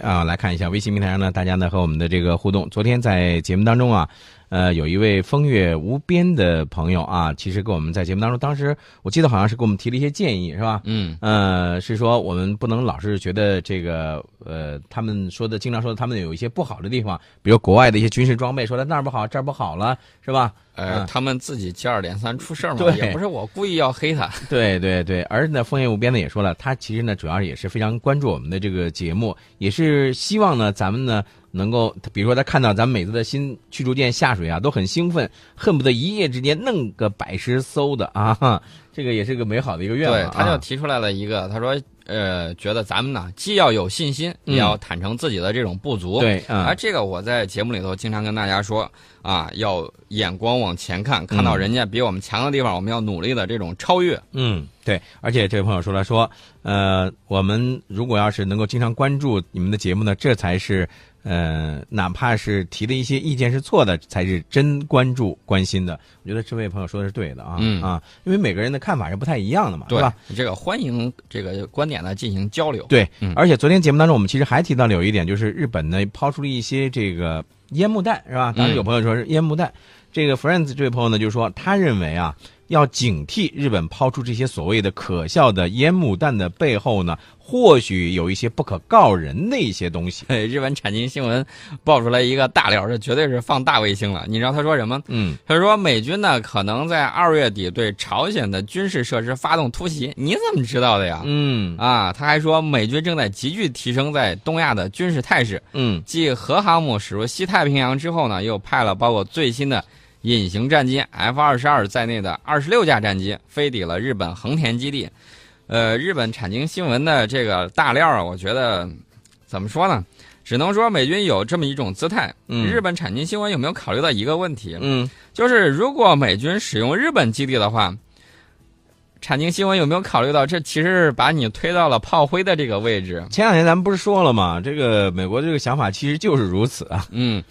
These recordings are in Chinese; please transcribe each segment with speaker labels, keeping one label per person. Speaker 1: 啊、来看一下微信平台上呢，大家呢和我们的这个互动。昨天在节目当中啊，呃，有一位风月无边的朋友啊，其实给我们在节目当中，当时我记得好像是给我们提了一些建议，是吧？
Speaker 2: 嗯
Speaker 1: 呃，是说我们不能老是觉得这个呃，他们说的经常说他们有一些不好的地方，比如国外的一些军事装备，说的那儿不好，这儿不好了，是吧？
Speaker 2: 呃，
Speaker 1: 嗯
Speaker 2: 他们自己接二连三出事儿嘛，
Speaker 1: 对
Speaker 2: 也不是我故意要黑他。
Speaker 1: 对对对，而呢，枫叶无边呢也说了，他其实呢主要也是非常关注我们的这个节目，也是希望呢咱们呢能够，比如说他看到咱们每次的新驱逐舰下水啊，都很兴奋，恨不得一夜之间弄个百十艘的啊，哈这个也是个美好的一个愿望、
Speaker 2: 对
Speaker 1: 啊。，
Speaker 2: 他就提出来了一个，他说，呃，觉得咱们呢既要有信心，
Speaker 1: 嗯
Speaker 2: 也要坦诚自己的这种不足。。
Speaker 1: 对
Speaker 2: 而
Speaker 1: 啊，
Speaker 2: 这个我在节目里头经常跟大家说啊，要眼光往前看，看到人家比我们强的地方，我们要努力的这种超越。
Speaker 1: 嗯，对，而且这位朋友说了说，呃，我们如果要是能够经常关注你们的节目呢，这才是。呃，哪怕是提的一些意见是错的，才是真关注关心的。我觉得这位朋友说的是对的啊，
Speaker 2: 嗯
Speaker 1: 啊，因为每个人的看法是不太一样的嘛，是
Speaker 2: 对
Speaker 1: 吧？，
Speaker 2: 这个欢迎这个观点呢进行交流。
Speaker 1: 对，
Speaker 2: 嗯
Speaker 1: 而且昨天节目当中，我们其实还提到了有一点，就是日本呢抛出了一些这个烟幕弹，是吧？当时有朋友说是烟幕弹，这个 Friends 这位朋友呢就说，他认为啊，要警惕日本抛出这些所谓的可笑的烟幕弹的背后呢，或许有一些不可告人的一些东西。
Speaker 2: 对， 日本产经新闻爆出来一个大料，这绝对是放大卫星了。你知道他说什么？
Speaker 1: 嗯，
Speaker 2: 他说美军呢可能在二月底对朝鲜的军事设施发动突袭，你怎么知道的呀？
Speaker 1: 嗯
Speaker 2: 啊，他还说美军正在急剧提升在东亚的军事态势，
Speaker 1: 嗯
Speaker 2: 继核航母驶入西太平洋之后呢，又派了包括最新的隐形战机 F 二十二在内的二十六架战机飞抵了日本横田基地。呃，日本产经新闻的这个大料啊，我觉得怎么说呢？只能说美军有这么一种姿态。
Speaker 1: 嗯
Speaker 2: 日本产经新闻有没有考虑到一个问题？
Speaker 1: 嗯，
Speaker 2: 就是如果美军使用日本基地的话，产经新闻有没有考虑到这其实是把你推到了炮灰的这个位置？
Speaker 1: 前两天咱们不是说了吗？这个美国这个想法其实就是如此啊。
Speaker 2: 嗯，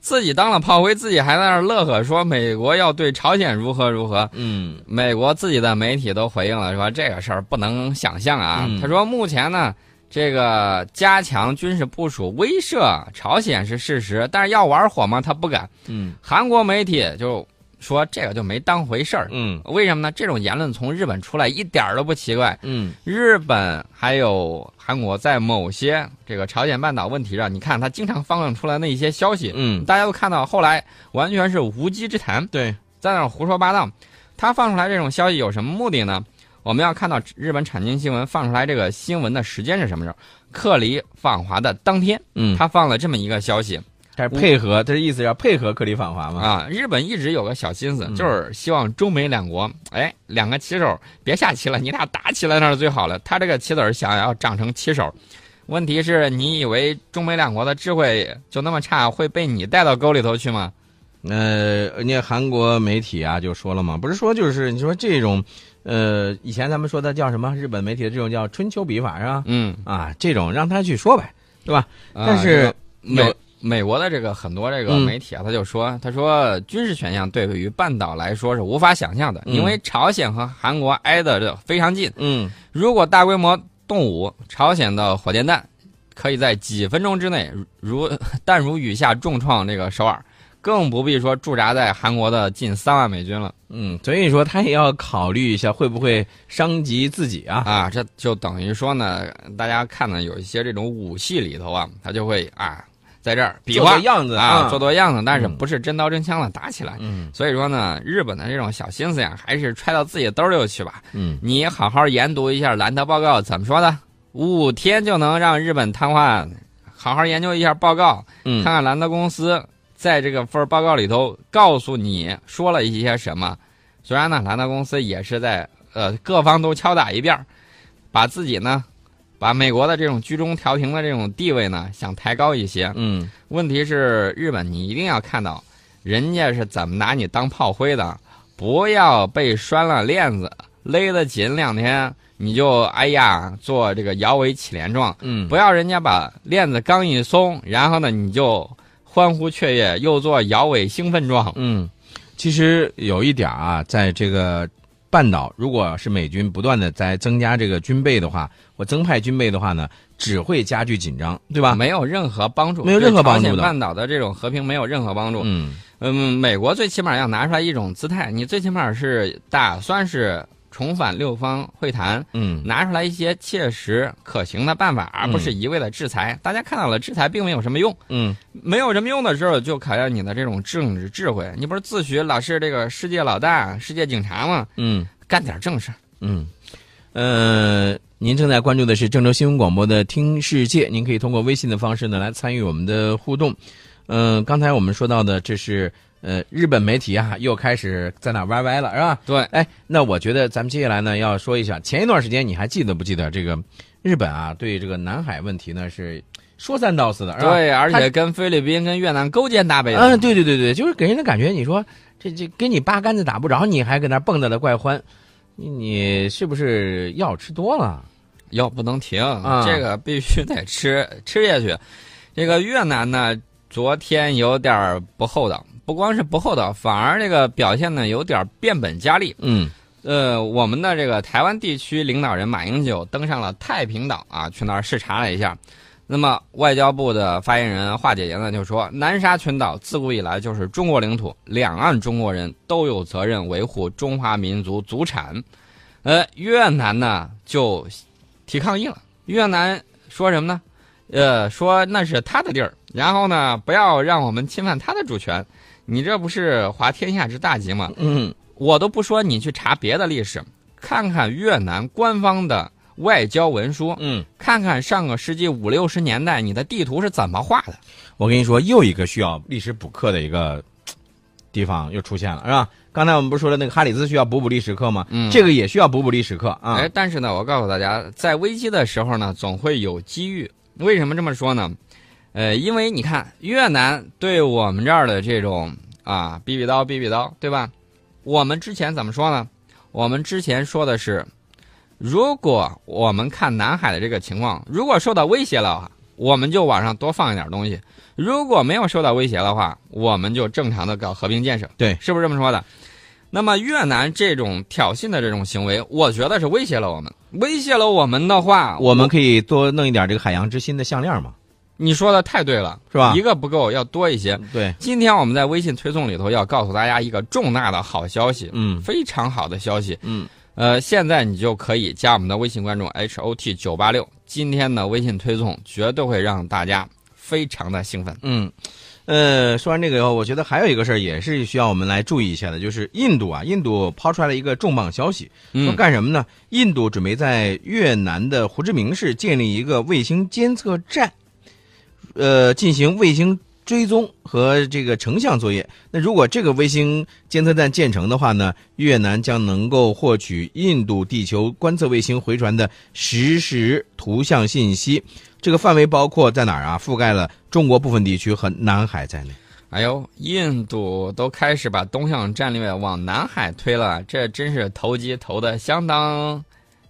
Speaker 2: 自己当了炮灰，自己还在那儿乐呵说美国要对朝鲜如何如何。
Speaker 1: 嗯
Speaker 2: 美国自己的媒体都回应了，说这个事儿不能想象啊。
Speaker 1: 嗯
Speaker 2: 他说目前呢，这个加强军事部署威慑朝鲜是事实，但是要玩火吗？他不敢。
Speaker 1: 嗯
Speaker 2: 韩国媒体就说这个就没当回事儿。
Speaker 1: 嗯
Speaker 2: 为什么呢？这种言论从日本出来一点儿都不奇怪。
Speaker 1: 嗯
Speaker 2: 日本还有韩国在某些这个朝鲜半岛问题上，你看他经常放出来那一些消息，
Speaker 1: 嗯，
Speaker 2: 大家都看到，后来完全是无稽之谈，
Speaker 1: 对，
Speaker 2: 在那儿胡说八道。他放出来这种消息有什么目的呢？我们要看到日本产经新闻放出来这个新闻的时间是什么时候？克里访华的当天，
Speaker 1: 嗯，
Speaker 2: 他放了这么一个消息
Speaker 1: 他是配合，他这意思是要配合克里访华嘛？
Speaker 2: 啊。日本一直有个小心思
Speaker 1: 嗯，
Speaker 2: 就是希望中美两国，哎，两个棋手别下棋了，你俩打起来那是最好了。他这个棋子儿想要长成棋手，问题是你以为中美两国的智慧就那么差，会被你带到沟里头去吗？
Speaker 1: 呃，人家韩国媒体啊就说了嘛，不是说就是你说这种，呃，以前咱们说的叫什么？日本媒体的这种叫春秋笔法是吧？
Speaker 2: 嗯，
Speaker 1: 啊，这种让他去说呗，对吧？但是
Speaker 2: 啊这个美美国的这个很多这个
Speaker 1: 嗯
Speaker 2: 媒体啊，他就说，他说军事选项对于半岛来说是无法想象的，
Speaker 1: 嗯
Speaker 2: 因为朝鲜和韩国挨得这非常近，
Speaker 1: 嗯
Speaker 2: 如果大规模动武，朝鲜的火箭弹可以在几分钟之内如 弹如雨下重创这个首尔，更不必说驻扎在韩国的近三万美军了
Speaker 1: 嗯，所以说他也要考虑一下会不会伤及自己啊？
Speaker 2: 啊！这就等于说呢，大家看呢有一些这种武戏里头啊，他就会啊在这儿比
Speaker 1: 做
Speaker 2: 划
Speaker 1: 做样子
Speaker 2: 啊，做做样子，但是
Speaker 1: 嗯
Speaker 2: 不是真刀真枪的打起来。
Speaker 1: 嗯
Speaker 2: 所以说呢，日本的这种小心思呀，还是揣到自己兜里头去吧。
Speaker 1: 嗯
Speaker 2: 你好好研读一下兰德报告，怎么说呢？五天就能让日本瘫痪，好好研究一下报告，看
Speaker 1: 嗯
Speaker 2: 看兰德公司在这个份儿报告里头告诉你说了一些什么。虽然呢，兰德公司也是在呃各方都敲打一遍儿，把自己呢，把美国的这种居中调停的这种地位呢，想抬高一些。
Speaker 1: 嗯
Speaker 2: 问题是，日本你一定要看到，人家是怎么拿你当炮灰的，不要被拴了链子，勒得紧两天，你就哎呀做这个摇尾乞怜状，
Speaker 1: 嗯，
Speaker 2: 不要人家把链子刚一松，然后呢你就欢呼雀跃，又做摇尾兴奋状。
Speaker 1: 嗯，其实有一点啊，在这个半岛如果是美军不断的在增加这个军备的话，或增派军备的话呢，只会加剧紧张，对吧？
Speaker 2: 没有任何帮助，
Speaker 1: 嗯没有任何帮助的
Speaker 2: 对朝鲜半岛的这种和平没有任何帮助。
Speaker 1: 嗯，
Speaker 2: 嗯，美国最起码要拿出来一种姿态，你最起码是打算是重返六方会谈，
Speaker 1: 嗯，
Speaker 2: 拿出来一些切实可行的办法，而不是一味的制裁。大家看到了，制裁并没有什么用，
Speaker 1: 嗯，
Speaker 2: 没有什么用的时候，就考验你的这种政治智慧。你不是自诩老是这个世界老大、世界警察吗？
Speaker 1: 嗯，
Speaker 2: 干点正事儿。
Speaker 1: 嗯，呃，您正在关注的是郑州新闻广播的《听世界》，您可以通过微信的方式呢来参与我们的互动。嗯、刚才我们说到的，这是呃日本媒体啊又开始在那歪歪了，是吧？
Speaker 2: 对，
Speaker 1: 哎，那我觉得咱们接下来呢要说一下，前一段时间你还记得不记得这个日本啊对这个南海问题呢是说三道四的，是吧？
Speaker 2: 对，而且跟菲律宾、跟越南勾肩搭背的。
Speaker 1: 嗯，对对对对，就是给人的感觉，你说这这给你八竿子打不着，你还搁那蹦跶的怪欢，你你是不是药吃多了？
Speaker 2: 药不能停，
Speaker 1: 啊
Speaker 2: 这个必须得吃吃下去。这个越南呢，昨天有点儿不厚道，不光是不厚道，反而这个表现呢有点儿变本加厉。
Speaker 1: 嗯
Speaker 2: 呃，我们的这个台湾地区领导人马英九登上了太平岛啊，去那儿视察了一下。那么外交部的发言人华姐姐呢就说，南沙群岛自古以来就是中国领土，两岸中国人都有责任维护中华民族祖产。呃，越南呢就提抗议了，越南说什么呢？呃，说那是他的地儿，然后呢不要让我们侵犯他的主权，你这不是滑天下之大稽吗？
Speaker 1: 嗯
Speaker 2: 我都不说你去查别的历史，看看越南官方的外交文书，
Speaker 1: 嗯，
Speaker 2: 看看上个世纪五六十年代你的地图是怎么画的。
Speaker 1: 我跟你说，又一个需要历史补课的一个嘖地方又出现了，是吧？刚才我们不是说了那个哈里兹需要补补历史课吗？
Speaker 2: 嗯
Speaker 1: 这个也需要补补历史课啊。
Speaker 2: 哎，但是呢，我告诉大家，在危机的时候呢，总会有机遇。为什么这么说呢？呃，因为你看越南对我们这儿的这种啊，比比刀，比比刀，对吧？我们之前怎么说呢？我们之前说的是，如果我们看南海的这个情况，如果受到威胁了，我们就往上多放一点东西；如果没有受到威胁的话，我们就正常的搞和平建设。
Speaker 1: 对
Speaker 2: 是不是这么说的？那么越南这种挑衅的这种行为，我觉得是威胁了我们。威胁了我们的话，
Speaker 1: 我们可以多弄一点这个海洋之心的项链嘛，
Speaker 2: 你说的太对了，
Speaker 1: 是吧
Speaker 2: 一个不够，要多一些。
Speaker 1: 对，
Speaker 2: 今天我们在微信推送里头要告诉大家一个重大的好消息，
Speaker 1: 嗯
Speaker 2: 非常好的消息。
Speaker 1: 嗯，
Speaker 2: 呃，现在你就可以加我们的微信观众 H O T 九八六。今天的微信推送绝对会让大家非常的兴奋。
Speaker 1: 嗯。呃，说完这个以后，我觉得还有一个事儿也是需要我们来注意一下的，就是印度啊，印度抛出来了一个重磅消息，说
Speaker 2: 嗯，
Speaker 1: 干什么呢？印度准备在越南的胡志明市建立一个卫星监测站，呃，进行卫星追踪和这个成像作业。那如果这个卫星监测站建成的话呢，越南将能够获取印度地球观测卫星回传的实时图像信息。这个范围包括在哪儿啊？覆盖了中国部分地区和南海在内。
Speaker 2: 哎呦，印度都开始把东向战略往南海推了，这真是投机投的相当，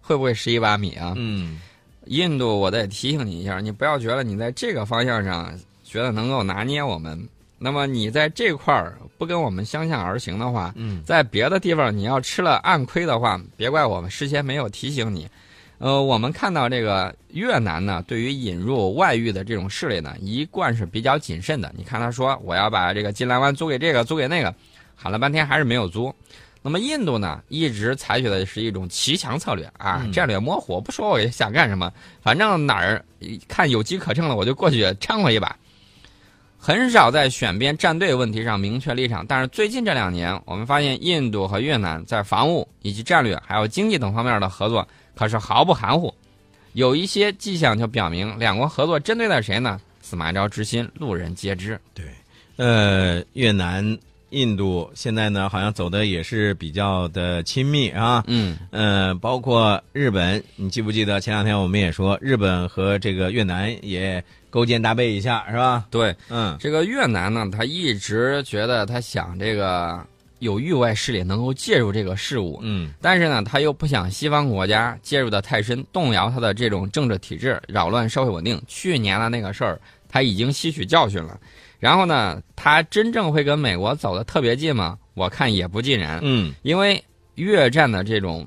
Speaker 2: 会不会十一八米啊？
Speaker 1: 嗯
Speaker 2: 印度，我得提醒你一下，你不要觉得你在这个方向上觉得能够拿捏我们，那么你在这块儿不跟我们相向而行的话，
Speaker 1: 嗯
Speaker 2: 在别的地方你要吃了暗亏的话，别怪我们事先没有提醒你。呃，我们看到这个越南呢，对于引入外域的这种势力呢，一贯是比较谨慎的。你看他说我要把这个金兰湾租给这个，租给那个，喊了半天还是没有租。那么印度呢，一直采取的是一种骑墙策略啊，战略模糊，不说我想干什么，反正哪儿看有机可乘了，我就过去掺和一把。很少在选边站队问题上明确立场，但是最近这两年，我们发现印度和越南在防务以及战略还有经济等方面的合作可是毫不含糊。有一些迹象就表明，两国合作针对的谁呢？司马昭之心，路人皆知。
Speaker 1: 对，呃，越南、印度现在呢，好像走的也是比较的亲密啊。
Speaker 2: 嗯，
Speaker 1: 呃，包括日本，你记不记得前两天我们也说，日本和这个越南也勾肩搭背一下，是吧？
Speaker 2: 对，
Speaker 1: 嗯
Speaker 2: 这个越南呢，他一直觉得他想这个有域外势力能够介入这个事务，
Speaker 1: 嗯
Speaker 2: 但是呢，他又不想西方国家介入的太深，动摇他的这种政治体制，扰乱社会稳定。去年的那个事儿，他已经吸取教训了。然后呢，他真正会跟美国走得特别近吗？我看也不尽然，
Speaker 1: 嗯
Speaker 2: 因为越战的这种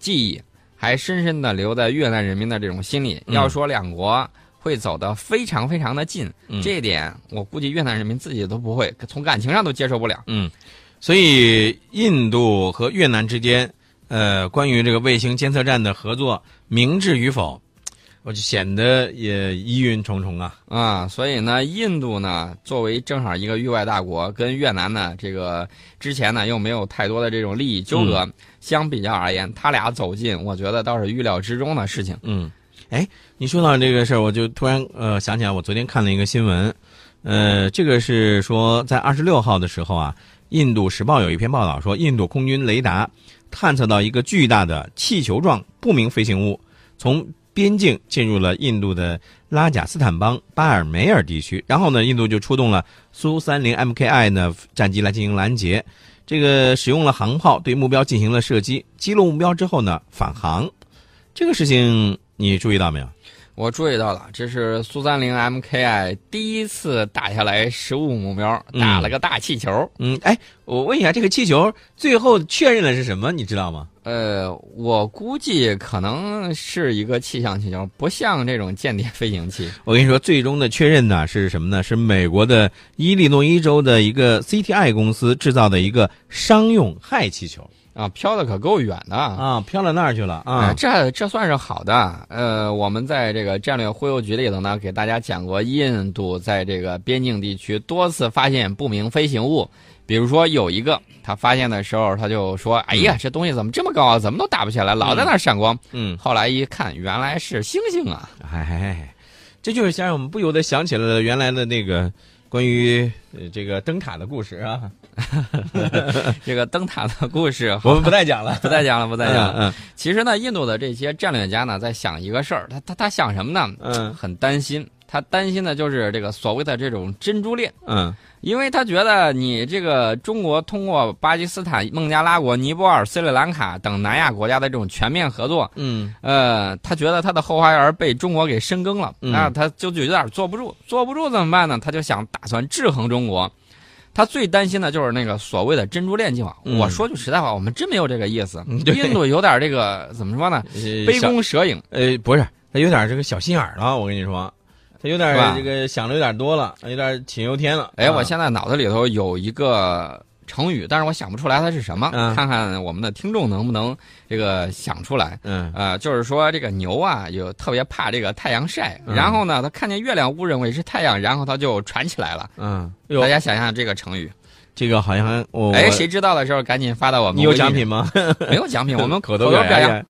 Speaker 2: 记忆还深深的留在越南人民的这种心里。
Speaker 1: 嗯
Speaker 2: 要说两国会走得非常非常的近，
Speaker 1: 嗯
Speaker 2: 这一点我估计越南人民自己都不会，从感情上都接受不了。
Speaker 1: 嗯，所以印度和越南之间，呃，关于这个卫星监测站的合作明智与否，我就显得也疑云重重啊。
Speaker 2: 啊、所以呢，印度呢，作为正好一个域外大国，跟越南呢，这个之前呢又没有太多的这种利益纠葛，相比较而言，他俩走近，我觉得倒是预料之中的事情。
Speaker 1: 嗯，哎，你说到这个事儿，我就突然呃想起来，我昨天看了一个新闻，呃，这个是说在二十六号的时候啊，《印度时报》有一篇报道说，印度空军雷达探测到一个巨大的气球状不明飞行物从边境进入了印度的拉贾斯坦邦巴尔梅尔地区，然后呢，印度就出动了苏三零 MKI 呢战机来进行拦截。这个使用了航炮对目标进行了射击，击落目标之后呢，返航，这个事情你注意到没有？
Speaker 2: 我注意到了，这是苏三零 MKI 第一次打下来实物目标，
Speaker 1: 嗯
Speaker 2: 打了个大气球。
Speaker 1: 嗯，哎，我问一下，这个气球最后确认了是什么？你知道吗？
Speaker 2: 呃，我估计可能是一个气象气球，不像这种间谍飞行器。
Speaker 1: 我跟你说，最终的确认呢是什么呢？是美国的伊利诺伊州的一个 CTI 公司制造的一个商用氦气球
Speaker 2: 啊，飘的可够远的啊！
Speaker 1: 啊，飘到那儿去了
Speaker 2: 哎
Speaker 1: 啊。
Speaker 2: 这这算是好的。呃，我们在这个战略忽悠局里头呢，给大家讲过，印度在这个边境地区多次发现不明飞行物，比如说有一个，他发现的时候他就说：“哎呀，这东西怎么这么高啊？怎么都打不下来，老在那儿闪光。
Speaker 1: 嗯，
Speaker 2: 后来一看，原来是星星啊！
Speaker 1: 哎，这就是想让我们不由得想起了原来的那个关于、呃这个灯塔的故事 啊。
Speaker 2: 这个灯塔的故事
Speaker 1: 我们不再讲了，
Speaker 2: 不再讲了，不再讲了。
Speaker 1: 嗯
Speaker 2: 其实呢，印度的这些战略家呢，在想一个事儿，他他他想什么呢？
Speaker 1: 嗯
Speaker 2: 很担心，他担心的就是这个所谓的这种珍珠链。
Speaker 1: 嗯
Speaker 2: 因为他觉得你这个中国通过巴基斯坦、孟加拉国、尼泊尔、斯里兰卡等南亚国家的这种全面合作，
Speaker 1: 嗯
Speaker 2: 呃，他觉得他的后花园被中国给深耕了，
Speaker 1: 嗯
Speaker 2: 那他就就有点坐不住，坐不住怎么办呢？他就想打算制衡中国。呃他最担心的就是那个所谓的珍珠链计划。
Speaker 1: 嗯
Speaker 2: 我说句实在话，我们真没有这个意思。
Speaker 1: 嗯 对
Speaker 2: 印度有点这个怎么 说呢？
Speaker 1: 嗯，
Speaker 2: 杯弓蛇影。
Speaker 1: 呃，不是，他有点这个小心眼儿了，我跟你说，他有点
Speaker 2: 是吧
Speaker 1: 这个想的有点多了，有点杞人忧天了。
Speaker 2: 哎，我
Speaker 1: 啊
Speaker 2: 现在脑子里头有一个成语，但是我想不出来它是什么，
Speaker 1: 嗯
Speaker 2: 看看我们的听众能不能这个想出来。
Speaker 1: 嗯
Speaker 2: 呃，就是说这个牛啊，有特别怕这个太阳晒，
Speaker 1: 嗯
Speaker 2: 然后呢，它看见月亮误认为是太阳，然后它就传起来了。
Speaker 1: 嗯，
Speaker 2: 大
Speaker 1: 哟，
Speaker 2: 家想想这个成语，哎
Speaker 1: 这个好像我
Speaker 2: 哎，谁知道的时候赶紧发到我们
Speaker 1: 你有
Speaker 2: 微信
Speaker 1: 奖？品吗？
Speaker 2: 没有奖品，我们
Speaker 1: 口
Speaker 2: 头
Speaker 1: 头
Speaker 2: 表扬。
Speaker 1: 扬